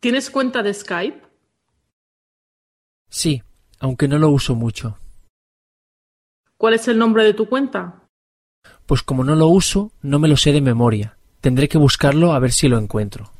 ¿Tienes cuenta de Skype? Sí, aunque no lo uso mucho. ¿Cuál es el nombre de tu cuenta? Pues como no lo uso, no me lo sé de memoria. Tendré que buscarlo a ver si lo encuentro.